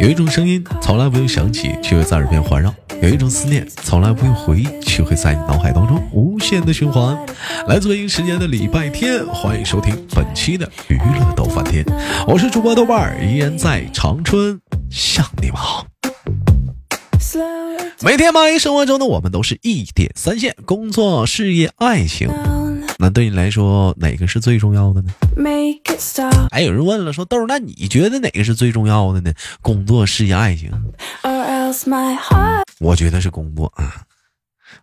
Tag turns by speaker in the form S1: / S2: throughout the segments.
S1: 有一种声音从来不用想起，却会在耳边环绕；有一种思念从来不用回忆，却会在你脑海当中无限的循环。来自北京时间的礼拜天，欢迎收听本期的娱乐逗翻天，我是主播豆瓣儿，依然在长春向你们好。每天忙于生活中的我们，都是一点三线：工作、事业、爱情。那对你来说，哪个是最重要的呢？哎，有人问了，说豆儿，那你觉得哪个是最重要的呢？工作、事业、爱情？我觉得是工作啊，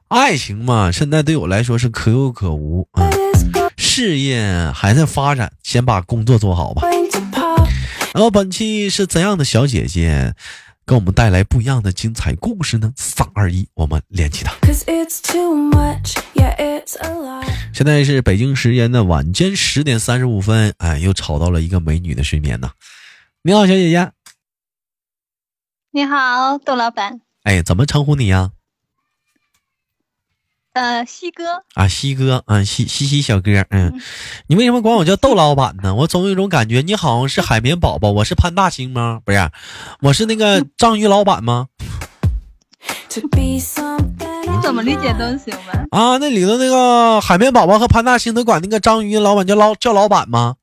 S1: 爱情嘛，现在对我来说是可有可无啊。事业还在发展，先把工作做好吧。然后本期是怎样的小姐姐，给我们带来不一样的精彩故事呢？三二一，我们连起她。现在是北京时间的晚间十点三十五分，哎，又吵到了一个美女的睡眠呐。你好，小姐姐，
S2: 你好，窦老板，
S1: 哎，怎么称呼你呀？
S2: 呃，西哥，
S1: 啊，西哥，啊，西西西小哥，嗯，你为什么管我叫窦老板呢？我总有一种感觉，你好像
S2: 嗯
S1: 是海绵宝宝，我是潘大星吗？不是，我是那个
S2: 嗯
S1: 章鱼老板吗？
S2: 你怎么理解都行吧。
S1: 啊，那里头那个海绵宝宝和潘大星都管那个章鱼老板叫老叫老板吗？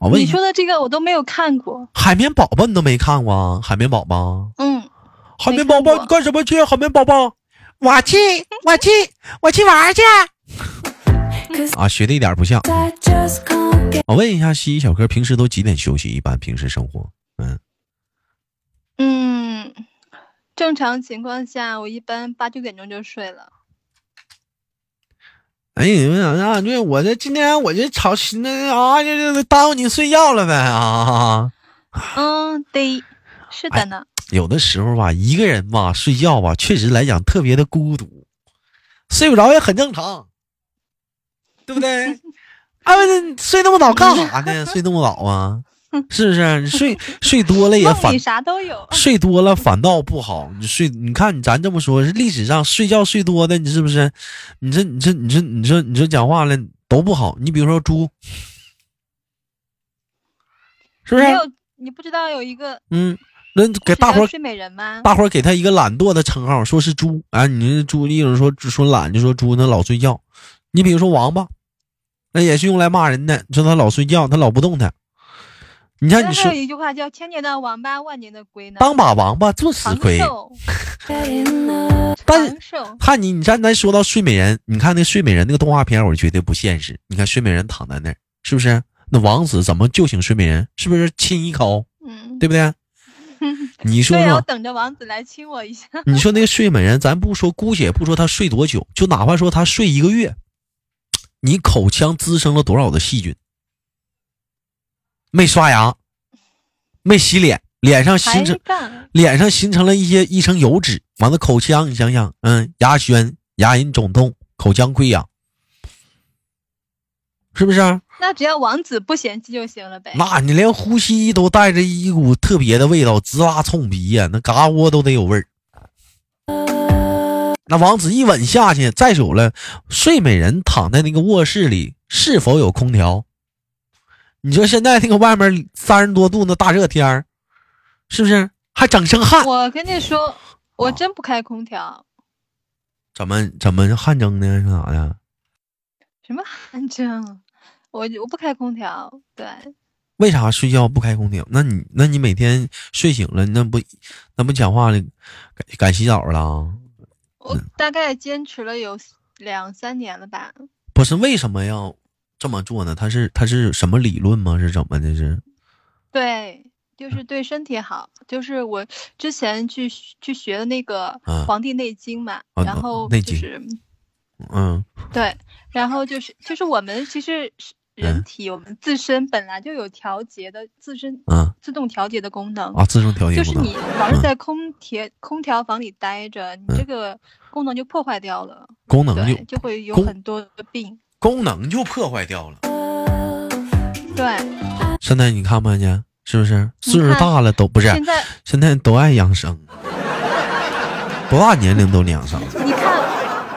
S1: 我问
S2: 你说的这个我都没有看过，
S1: 海绵宝宝你都没看过啊？海绵宝宝，
S2: 嗯，
S1: 海绵宝宝，
S2: 没
S1: 你
S2: 看过
S1: 干什么去？海绵宝宝，我 去，我去，我去玩去。啊，学的一点不像。我问一下，西西小哥平时都几点休息？一般平时生活，嗯，
S2: 嗯，正常情况下我一般八九点钟就睡了。
S1: 哎，你们想让对我这今天我这吵那啊，这这这耽误你睡觉了呗啊！
S2: 嗯，对，是
S1: 哎
S2: 的呢。
S1: 有的时候吧，一个人吧睡觉吧，确实来讲特别的孤独，睡不着也很正常，对不对？ 啊，那睡那么早干啥呢？睡那么早啊？是不是？你睡睡多了也
S2: 梦
S1: 反
S2: 里啥都有，
S1: 睡多了反倒不好。你睡，你看你咱这么说，是历史上睡觉睡多的，你是不是？你这你这你这你这你这讲话了都不好。你比如说猪，是不是
S2: 没？有你不知道有一个
S1: 嗯，那啊给
S2: 是叫
S1: 大伙儿
S2: 睡美人吗？
S1: 大伙儿给他一个懒惰的称号，说是猪啊。你这猪，一种说说懒，就说猪那老睡觉。你比如说王八，那也是用来骂人的，你说他老睡觉，他老不动弹。你看
S2: 那
S1: 你
S2: 还
S1: 说
S2: 有，一句话叫“千年的王八，万年的龟”呢。
S1: 当把王八做死
S2: 长
S1: 亏。
S2: 寿，
S1: 但是
S2: 长寿，
S1: 看你，你咱咱说到睡美人，你看那睡美人那个动画片，我觉得不现实。你看睡美人躺在那儿，是不是？那王子怎么救醒睡美人？是不是亲一口，
S2: 嗯，
S1: 对不对？你说
S2: 对啊呀，我
S1: 说，
S2: 等着王子来亲我一下。
S1: 你说那个睡美人，咱不说，姑且不说她睡多久，就哪怕说她睡一个月，你口腔滋生了多少的细菌？没刷牙，没洗脸，脸上
S2: 还
S1: 形成
S2: 干，
S1: 脸上形成了一些一层油脂，完了口腔，你想想，嗯，牙宣、牙龈肿痛、口腔溃疡，是不是啊？
S2: 那只要王子不嫌弃就行了呗。
S1: 那你连呼吸都带着一股特别的味道，滋啦冲鼻呀、那嘎窝都得有味儿。那王子一吻下去，再有了，睡美人躺在那个卧室里，是否有空调？你说现在那个外面三十多度那大热天儿，是不是还整身 汗？
S2: 我跟你说，我真不开空调，
S1: 怎么怎么汗蒸呢？是咋的？
S2: 什么汗蒸，我我不开空调，对，
S1: 为啥睡觉不开空调？那你那你每天睡醒了，那不那不讲话了，该该洗澡了啊？
S2: 我大概坚持了有两三年了吧。
S1: 不是为什么要这么做呢？他是他是什么理论吗？是怎么的？是
S2: 对，
S1: 嗯
S2: 就是对身体好，就是我之前去学去学的那个
S1: 啊
S2: 《黄帝内经》嘛，
S1: 啊
S2: 然后
S1: 内
S2: 就
S1: 经
S2: 是
S1: 嗯
S2: 对，然后就是就是我们其实是
S1: 嗯
S2: 人体我们自身本来就有调节的自身
S1: 啊
S2: 自动调节的功能。
S1: 啊，自身调节
S2: 就
S1: 不
S2: 是
S1: 能
S2: 你老是
S1: 嗯
S2: 在空调空调房里待着，你这个功能就破坏掉了，
S1: 功能
S2: 对，
S1: 就
S2: 就会有
S1: 功
S2: 很多的病。
S1: 功能就破坏掉了。
S2: 对，
S1: 现在你看不看见？是不是岁数
S2: 看
S1: 大了都不是？
S2: 现在
S1: 现在都爱养生，多大年龄都养生。
S2: 你看，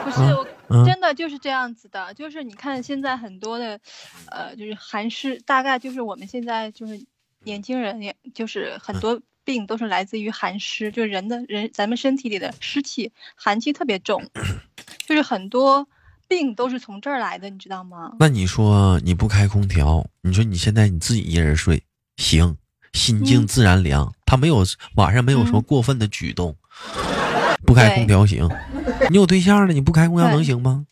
S2: 不是我，
S1: 嗯
S2: 真的就是这样子的，就是你看现在很多的，呃，就是韩式，大概就是我们现在就是年轻人，也就是
S1: 嗯
S2: 很多病都是来自于寒湿，就是人的人咱们身体里的湿气、寒气特别 重，就是很多病都是从这儿来的，你知道吗？
S1: 那你说你不开空调，你说你现在你自己一人睡，行，心静
S2: 嗯
S1: 自然凉，他没有晚上没有什么
S2: 嗯
S1: 过分的举动，不开空调行。你有对象了，你不开空调
S2: 对
S1: 能行吗？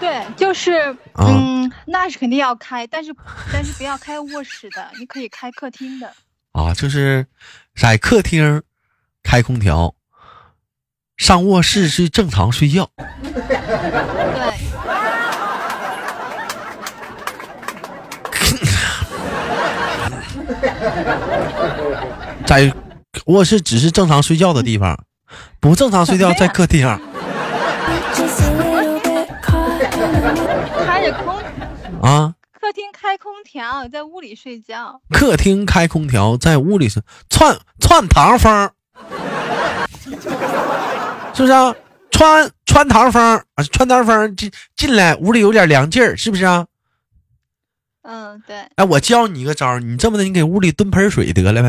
S2: 对，就是
S1: 啊
S2: 嗯，那是肯定要开，但是但是不要开卧室的， 你可以开客厅的。
S1: 啊，就是在客厅开空调，上卧室是正常睡觉。
S2: 对，
S1: 在卧室只是正常睡觉的地方，不正常睡觉在客厅。啊
S3: Just a little bit caught in the middle.
S2: 开着空
S1: 啊，
S2: 客厅开空调，在屋里睡觉。
S1: 客厅开空调，在屋里是窜窜堂风， 是不是啊？穿穿堂风啊，穿堂风进进来屋里有点凉劲儿，是不是啊？
S2: 嗯，对，
S1: 哎，我教你一个招儿，你这么的，你给屋里蹲盆水得了呗？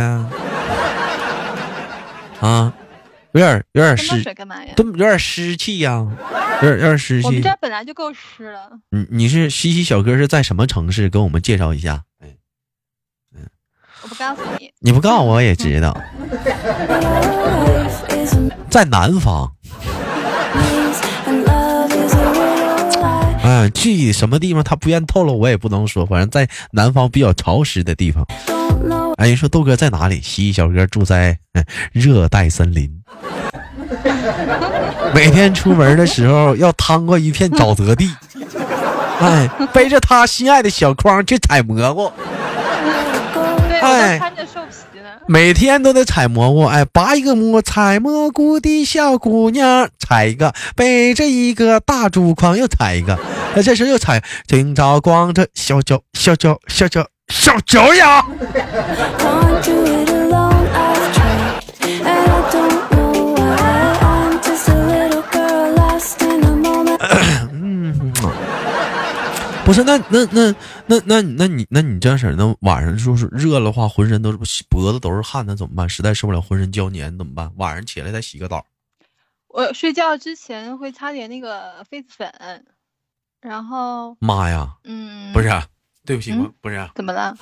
S1: 啊，有点有点
S2: 那冒
S1: 湿，
S2: 水干嘛呀？
S1: 蹲有点湿气呀、有点有点湿
S2: 我们
S1: 气
S2: 这。儿本来就够湿了。
S1: 你你是西西小哥是在什么城市？跟我们介绍一下。哎
S2: 我不告诉你，
S1: 你不告诉我我也知道，
S3: But our life is a
S2: 嗯
S1: 在南方。
S3: maze, and love is a real lie.
S1: 哎，具体什么地方他不愿透露，我也不能说。反正在南方比较潮湿的地方。
S3: Don't know
S1: 哎，人说豆哥在哪里？西西小哥住在、嗯热带森林， 每天出门的时候要趟过一片沼泽地。哎，背着他心爱的小筐去采蘑
S3: where
S1: 菇，
S3: to go.
S2: 对我
S1: 哎
S2: 都穿着兽皮呢。
S1: 每天都得采蘑菇。哎，拔一个蘑，采蘑菇的小姑娘，采一个，背着一个大竹筐又采一个。 哎，这时候又采，今朝光着小脚小脚小脚小脚丫。
S3: Can't do it alone. I've tried, and I don't know why. I'm just a little girl lost in a moment.
S1: 嗯，不是，那那那那那那你那你这样式儿，那晚上就是热的话，浑身都是脖子都是汗，那怎么办？实在受不了，浑身焦黏怎么办？晚上起来再洗个澡，
S2: 我睡觉之前会擦点那个痱子粉，然后
S1: 妈呀！
S2: 嗯，
S1: 不是，啊对不起，
S2: 嗯
S1: 我不是，啊
S2: 怎么了？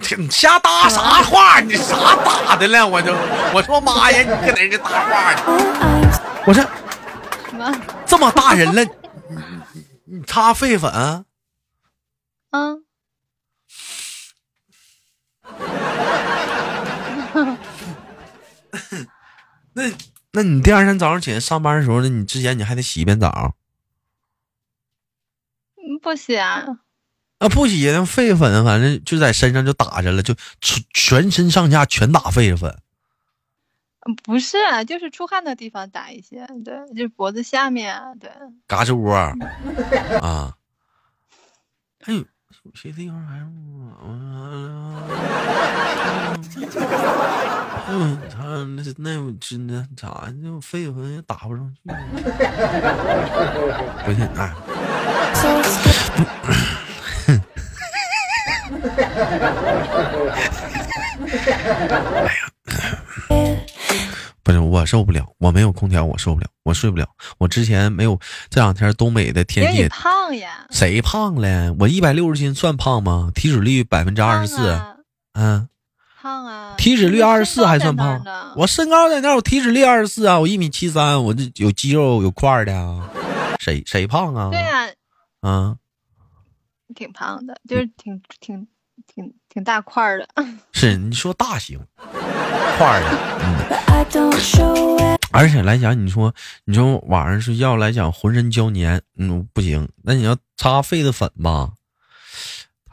S1: 这你瞎搭啥话？你啥搭的了？我就我说妈呀，你搁哪儿这搭话呢？
S3: I'm
S1: 我说
S2: 什么？
S1: 这么大人 了，你你你擦痱粉，啊
S2: 嗯，
S1: 那那你第二天早上起来上班的时候呢？你之前你还得洗一遍澡。
S2: 嗯不行、啊，
S1: 啊，不洗那痱粉，反正就在身上就打着了，就全全身上下全打痱粉。
S2: 嗯不是啊、就是出汗的地方打一些，对，就是脖子下面啊，对，
S1: 嘎吱窝儿啊！哎呦，谁地方还是我？嗯，他那那真的咋那痱粉也打不上去？不是，哎，
S3: so scared.
S1: 不是，我受不了，我没有空调，我受不了，我睡不了。我之前没有这两天东北的
S2: 因
S1: 天
S2: 为
S1: 气
S2: 你胖呀，
S1: 谁胖了？我一百六十斤算胖吗？体脂率百分之二十
S2: 胖
S1: 四，
S2: 啊
S1: 嗯，
S2: 胖啊，
S1: 体脂率
S2: 你
S1: 二十
S2: 身
S1: 四
S2: 高
S1: 还
S2: 在
S1: 算
S2: 那儿
S1: 胖
S2: 呢？
S1: 我身高在那儿，我体脂率二十四啊，我一米七三，我这有肌肉有块儿的啊，谁谁胖啊？
S2: 对呀、
S1: 啊，
S2: 挺胖的，就是挺挺挺挺大块儿的。
S1: 是你说大型块儿的，
S3: But I don't show it.
S1: 而且来讲，你说你说晚上睡觉来讲浑身焦黏，嗯，不行，那你要擦痱子粉吧，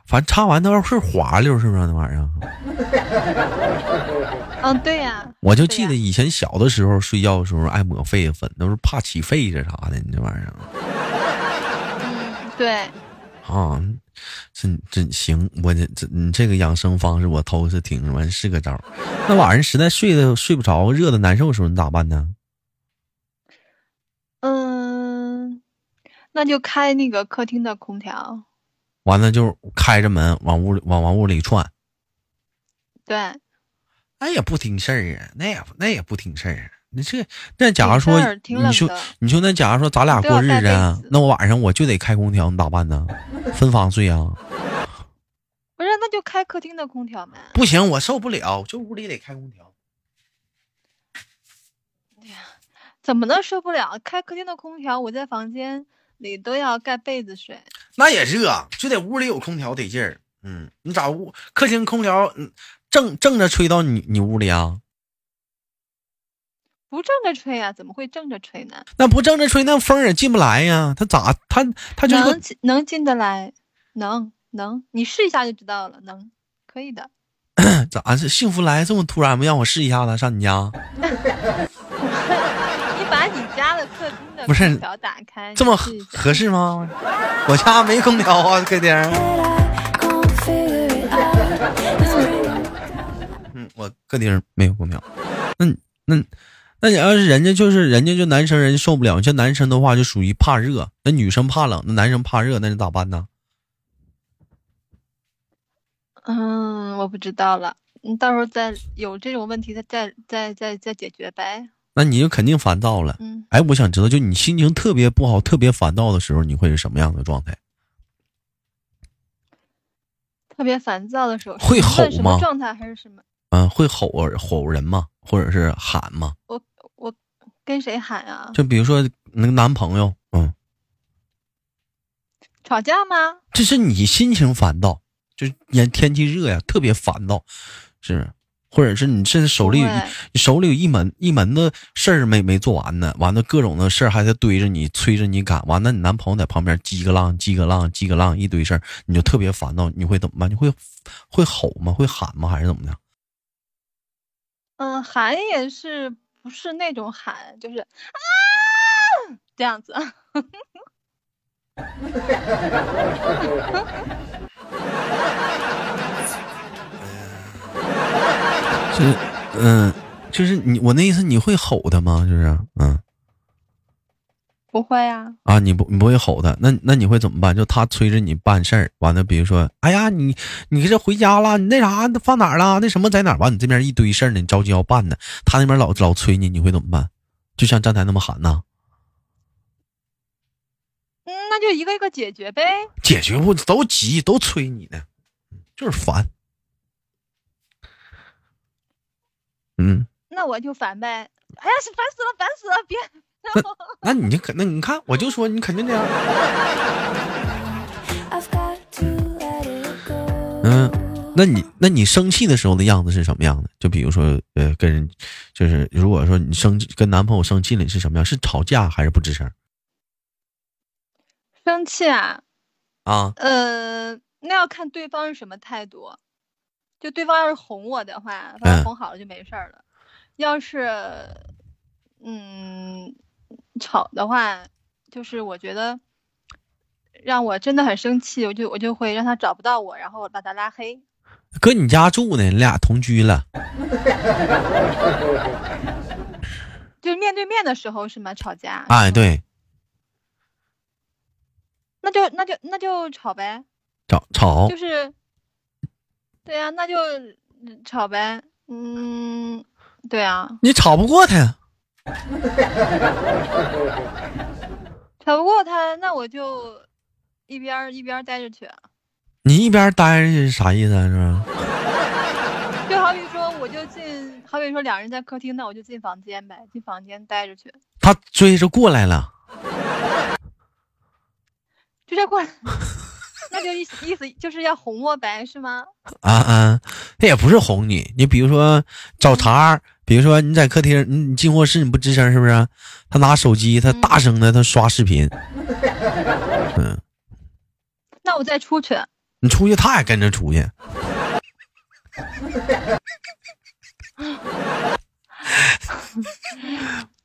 S1: 反正擦完它是滑溜，是不是啊那玩意儿？
S2: 嗯，对呀、
S1: 我就
S2: 对
S1: 记
S2: 呀
S1: 得以前小的时候睡觉的时候爱抹痱子粉，都是怕起痱子啥的，你这玩意儿
S2: 嗯，对，
S1: 啊，这这行，我这这你这个养生方式我头是挺完是个招儿。那晚上实在睡的睡不着，热的难受的时候，你咋办呢？
S2: 嗯、那就开那个客厅的空调。
S1: 完了就开着门往屋里往往屋里窜，
S2: 对，
S1: 那也不听事儿啊，那也那也不听事儿啊。你这那假如说
S2: 听事儿挺冷
S1: 你说
S2: 的
S1: 你说那假如说咱俩
S2: 都要
S1: 过日
S2: 盖
S1: 子啊
S2: 被子，
S1: 那我晚上我就得开空调，你咋办呢？分房睡 啊？
S2: 不是，那就开客厅的空调呗。
S1: 不行，我受不了，这屋里得开空调。
S2: 怎么能受不了？开客厅的空调，我在房间里都要盖被子睡。
S1: 那也热，啊就得屋里有空调得劲儿。嗯，你咋屋客厅空调嗯正正着吹到你你屋里啊？
S2: 不正着吹啊，怎么会正着吹呢？
S1: 那不正着吹，那风儿也进不来呀。它咋它它就是
S2: 能
S1: 个
S2: 进能进得来，能能，你试一下就知道了，能，可以的。
S1: 咋是幸福来这么突然吗？让我试一下子上你家，
S2: 你把你家的客厅的
S1: 不是
S2: 空调打开，
S1: 这么
S2: 你
S1: 合
S2: 试一下
S1: 合适吗？我家没空调啊，客厅。
S3: Can't figure it out. It's raining.
S1: 嗯，我客厅没有空调。那你那你那你要是人家就是人家就男生人家受不了，像男生的话就属于怕热，那女生怕冷，那男生怕热，那你咋办呢？
S2: 嗯，我不知道了，你到时候再有这种问题再再再再再解决呗。
S1: 那你就肯定烦躁了。
S2: 嗯，
S1: 哎，我想知道，就你心情特别不好、特别烦躁的时候，你会是什么样的状态？
S2: 特别烦躁的时候，
S1: 会
S2: 是
S1: 吼
S2: 问什么
S1: 吗
S2: 状态还是什么？
S1: 嗯，会吼吼人吗？或者是喊吗？
S2: 我跟谁喊啊？
S1: 就比如说那个男朋友，嗯，
S2: 吵架吗？
S1: 这是你心情烦躁，就是天天气热呀，特别烦躁，是，或者是你甚至手里有
S2: 不会
S1: 一手里有一门一门子事儿没没做完呢，完了各种的事儿还在堆着你，催着你赶，完了你男朋友在旁边叽个浪叽个浪叽个浪一堆事儿，你就特别烦躁，你会怎么办？你会会吼吗？会喊吗？还是怎么样？
S2: 嗯，喊也是不是那种喊，就是啊这样子。
S1: 就是，嗯，就是你我那意思，你会吼他吗？就是，嗯
S2: 不会啊，
S1: 啊，你不你不会吼他，那那你会怎么办？就他催着你办事儿，完了，比如说，哎呀，你你这回家了，你那啥放哪儿了？那什么在哪儿？完，你这边一堆事儿呢，你着急要办呢，他那边老老催你，你会怎么办？就像站台那么喊呐，
S2: 嗯，那就一个一个解决呗。
S1: 解决不都急都催你呢，就是烦。嗯，
S2: 那我就烦呗。哎呀，是烦死了，烦死了，别！
S1: 那你就肯那你看，我就说你肯定这样。
S3: I've got to let it go.
S1: 嗯，那你那你生气的时候的样子是什么样的？就比如说，呃，跟人，就是如果说你生气跟男朋友生气了，你是什么样？是吵架还是不吱声
S2: 生气啊，
S1: 啊？
S2: 呃，那要看对方是什么态度。就对方要是哄我的话，把我
S1: 嗯
S2: 哄好了就没事儿了。要是嗯吵的话，就是我觉得让我真的很生气，我就我就会让他找不到我，然后把他拉黑。
S1: 搁你家住呢，你俩同居了，
S2: 就是面对面的时候是吗？吵架？
S1: 哎，对，
S2: 那就那就那就吵呗，
S1: 吵吵
S2: 就，是，对呀、那就嗯吵呗，嗯，对啊，
S1: 你吵不过他呀，
S2: 吵不过他，那我就一边儿一边儿待着去，
S1: 你一边待着是啥意思啊？是吧？
S2: 就好比说我就进，好比说两人在客厅，那我就进房间呗，进房间待着去，
S1: 他追着过来了，
S2: 就这过来， 那就意思意思就是要哄我呗，是吗？
S1: 啊啊，他也不是哄你，你比如说找茬儿，比如说你在客厅，你你进卧室你不吱声是不是？他拿手机，他大声的他刷视频，嗯。
S2: 那我再出去，
S1: 你出去，他也跟着出去。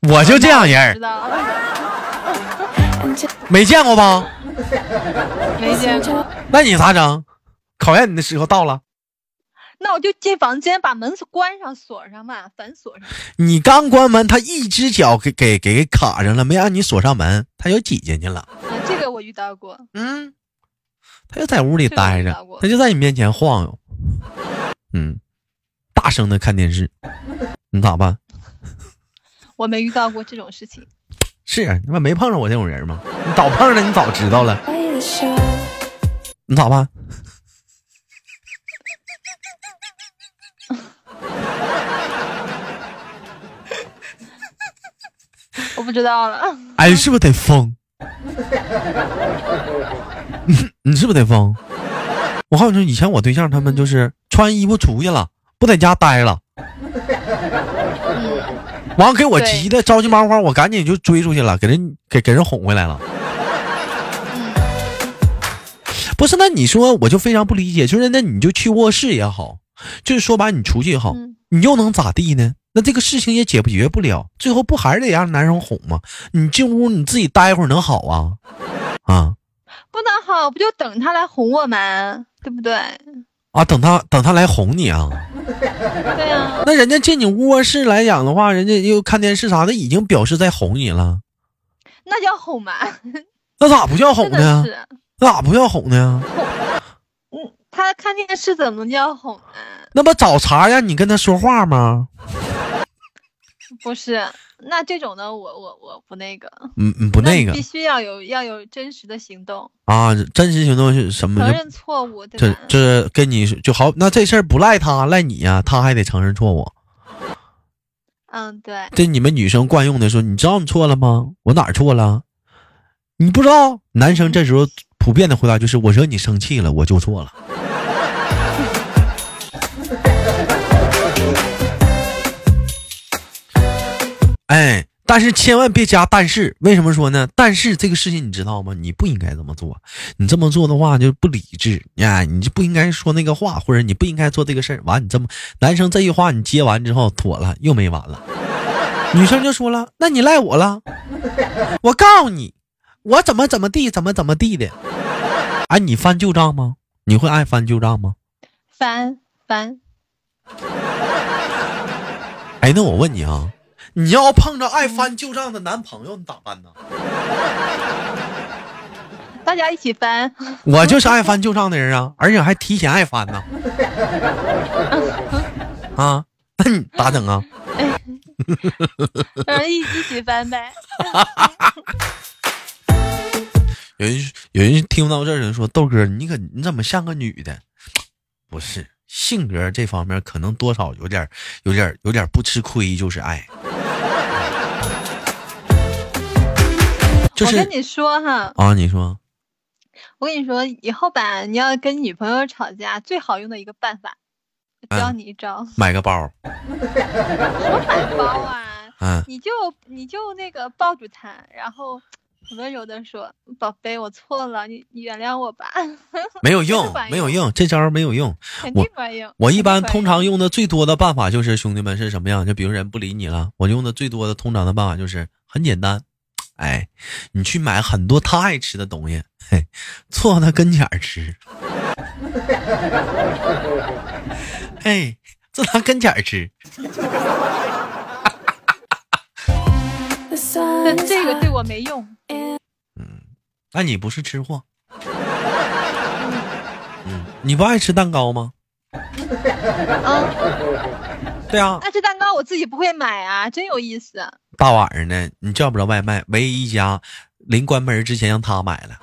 S1: 我就这样人
S2: 知
S1: 儿，
S2: 道了
S3: And just
S1: 没见过吧？
S2: 没见过，
S1: 那你咋整？考验你的时候到了。
S2: 那我就进房间把门关上锁上嘛，反锁上。
S1: 你刚关门，他一只脚给给给卡上了，没让你锁上门，他就挤进去了。
S2: 啊，这个我遇到过，
S1: 嗯，他就在屋里
S2: 这个我
S1: 待
S2: 知
S1: 着
S2: 道过，
S1: 他就在你面前晃悠，嗯，大声的看电视，你咋办？
S2: 我没遇到过这种事情。
S1: 是啊他妈没碰上我这种人吗？你早碰了，你早知道了，
S3: play the show.
S1: 你咋办？
S2: 我不知道了，
S1: 哎，是不是得疯？ 你你是不是得疯？我告诉你，以前我对象他们就是穿衣服出去了，不在家待了，完了给我急的着急忙慌，我赶紧就追出去了，给人给给人哄回来了。不是，那你说我就非常不理解，就是那你就去卧室也好，就是说白你出去也好，
S2: 嗯
S1: 你又能咋地呢？那这个事情也解决不了，最后不还是得让男生哄吗？你进屋你自己待一会儿能好啊？啊
S2: 不能好，不就等他来哄我们，对不对？
S1: 啊！等他等他来哄你啊！
S2: 对呀、
S1: 那人家进你卧室来讲的话，人家又看电视啥的，已经表示在哄你了，
S2: 那叫哄嘛，
S1: 那咋不叫哄
S2: 真的
S1: 呢？
S2: 是。
S1: 那咋不叫哄呢？
S2: 嗯，他看电视怎么叫哄呢？
S1: 那不找茬让你跟他说话吗？
S2: 不是，那这种的我我我不那个，
S1: 嗯嗯，不
S2: 那
S1: 那
S2: 你
S1: 个
S2: 必须要有要有真实的行动，
S1: 啊，真实行动是什么？
S2: 承
S1: 嗯就
S2: 认错误，对
S1: 这
S2: 吧？
S1: 这跟你就好，那这事儿不赖他，赖你呀、他还得承认错误。
S2: 嗯，对，
S1: 这你们女生惯用的说，你知道你错了吗？我哪儿错了？你不知道？男生这时候普遍的回答就是，我惹你生气了，我就错了。 哎，但是千万别加但是，为什么说呢？但是这个事情你知道吗？你不应该这么做，你这么做的话就不理智呀、你就不应该说那个话，或者你不应该做这个事儿。完，你这么男生这句话你接完之后妥了，又没完了。女生就说了：“那你赖我了， 我告诉你，我怎么怎么地，怎么怎么地的。”哎，你翻旧账吗？你会爱翻旧账吗？
S2: 翻翻，
S1: 哎，那我问你啊，你要碰着爱翻旧账的男朋友，你咋办呢？
S2: 大家一起 翻，
S1: 我就是爱翻旧账的人啊，而且还提前爱翻呢。 啊， 那你咋整啊？
S2: 让人一一起翻呗。
S1: 有人有人听到这儿人说豆哥，你可你怎么像个女的？不是，性格这方面可能多少有点儿有点儿有点儿不吃亏就是爱，就
S2: 我
S1: 是
S2: 跟你说哈，
S1: 啊，你说
S2: 我跟你说，以后吧，你要跟女朋友吵架，最好用的一个办法，我教
S1: 嗯
S2: 你一招，
S1: 买个包儿，
S2: 什么买包啊？
S1: 嗯，
S2: 你就你就那个抱住她，然后很温柔的说：“宝贝，我错了，你你原谅我吧。
S1: 没有
S2: 这
S1: 用
S2: 是管，
S1: 没有
S2: 用
S1: 用，这招儿没有用。”
S2: 肯定管用。
S1: 我一
S2: 肯定
S1: 般
S2: 管
S1: 通
S2: 用
S1: 常用的最多的办法就是，兄弟们是什么样？就比如人不理你了，我用的最多的通常的办法就是很简单，哎，你去买很多他爱吃的东西，嘿，坐到他跟前儿吃，哎，坐他跟前儿吃，
S3: The sun
S2: 但
S3: is
S2: 这个
S3: hot
S2: 对我没用，
S1: 嗯那你不是吃货？嗯，你不爱吃蛋糕吗？
S2: 嗯，
S1: 对啊，
S2: 那这蛋糕我自己不会买啊，真有意思。
S1: 大晚上的你叫不着外卖，唯一一家临关门之前让他买了。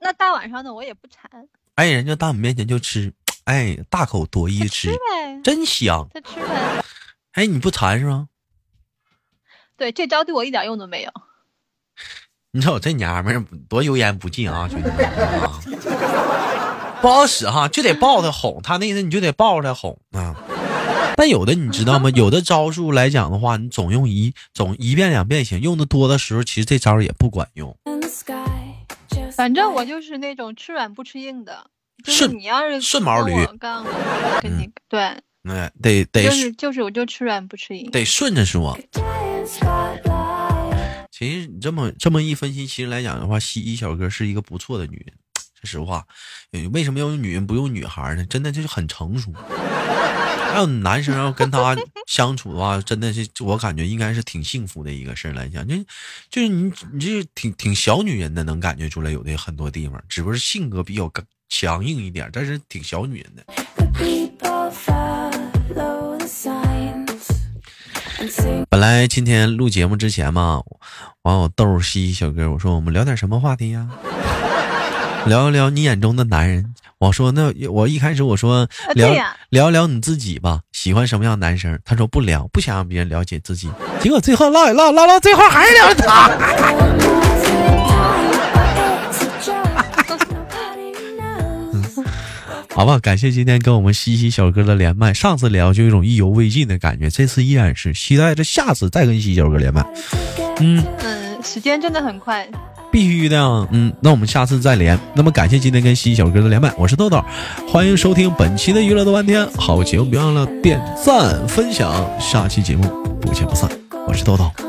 S2: 那大晚上的我也不馋，
S1: 哎，人家到你面前就吃，哎，大口夺一吃
S2: 吃，呗，
S1: 真香。
S2: 再吃呗。
S1: 哎，你不馋是吗？
S2: 对，这招对我一点用都没有。
S1: 你瞅这娘们儿多油盐不进啊，兄 弟们啊，不好使哈，就得抱他哄他，那意思你就得抱着他哄啊。但有的你知 道吗？有的招数来讲的话，你总用一总一遍两遍行，用的多的时候，其实这招也不管用。
S3: in the sky. Just
S2: 反正我
S3: like
S2: 就是那种吃软不吃硬的，就是
S1: 顺
S2: 你要是
S1: 顺毛
S2: 跟
S1: 驴
S2: 我杠，我就跟你对，
S1: 哎，得得、
S2: 就是就是我就吃软不吃硬。
S1: 得顺着说。
S3: a giant spotlight.
S1: 其实你这么这么一分析，其实来讲的话，西医小哥是一个不错的女人，说实话，呃为什么要用女人不用女孩呢？真的就是很成熟。还有男生要跟他相处的话，真的是我感觉应该是挺幸福的一个事儿来讲，就就是你你这挺挺小女人的，能感觉出来有的很多地方，只不过是性格比较刚强硬一点，但是挺小女人的。
S3: The people follow the signs and sing
S1: 本来今天录节目之前嘛，完我豆西小哥我说我们聊点什么话题 呀、聊一聊你眼中的男人。我说那我一开始我说
S2: 啊
S1: 聊、
S2: 对呀
S1: 聊聊你自己吧，喜欢什么样的男生？他说不聊，不想让别人了解自己。结果最后唠也唠唠到最后还是聊他。
S3: It's a joke. Nobody knows.
S1: 好吧，感谢今天跟我们西西小哥的连麦。上次聊就有一种意犹未尽的感觉，这次依然是期待着下次再跟西西小哥连麦。
S3: Mm.
S2: 嗯，时间真的很快，
S1: 必须的啊，嗯，那我们下次再连。那么感谢今天跟西西小哥的连麦，我是豆豆，欢迎收听本期的娱乐豆半天。好节目别忘了点赞分享，下期节目不见不散。我是豆豆。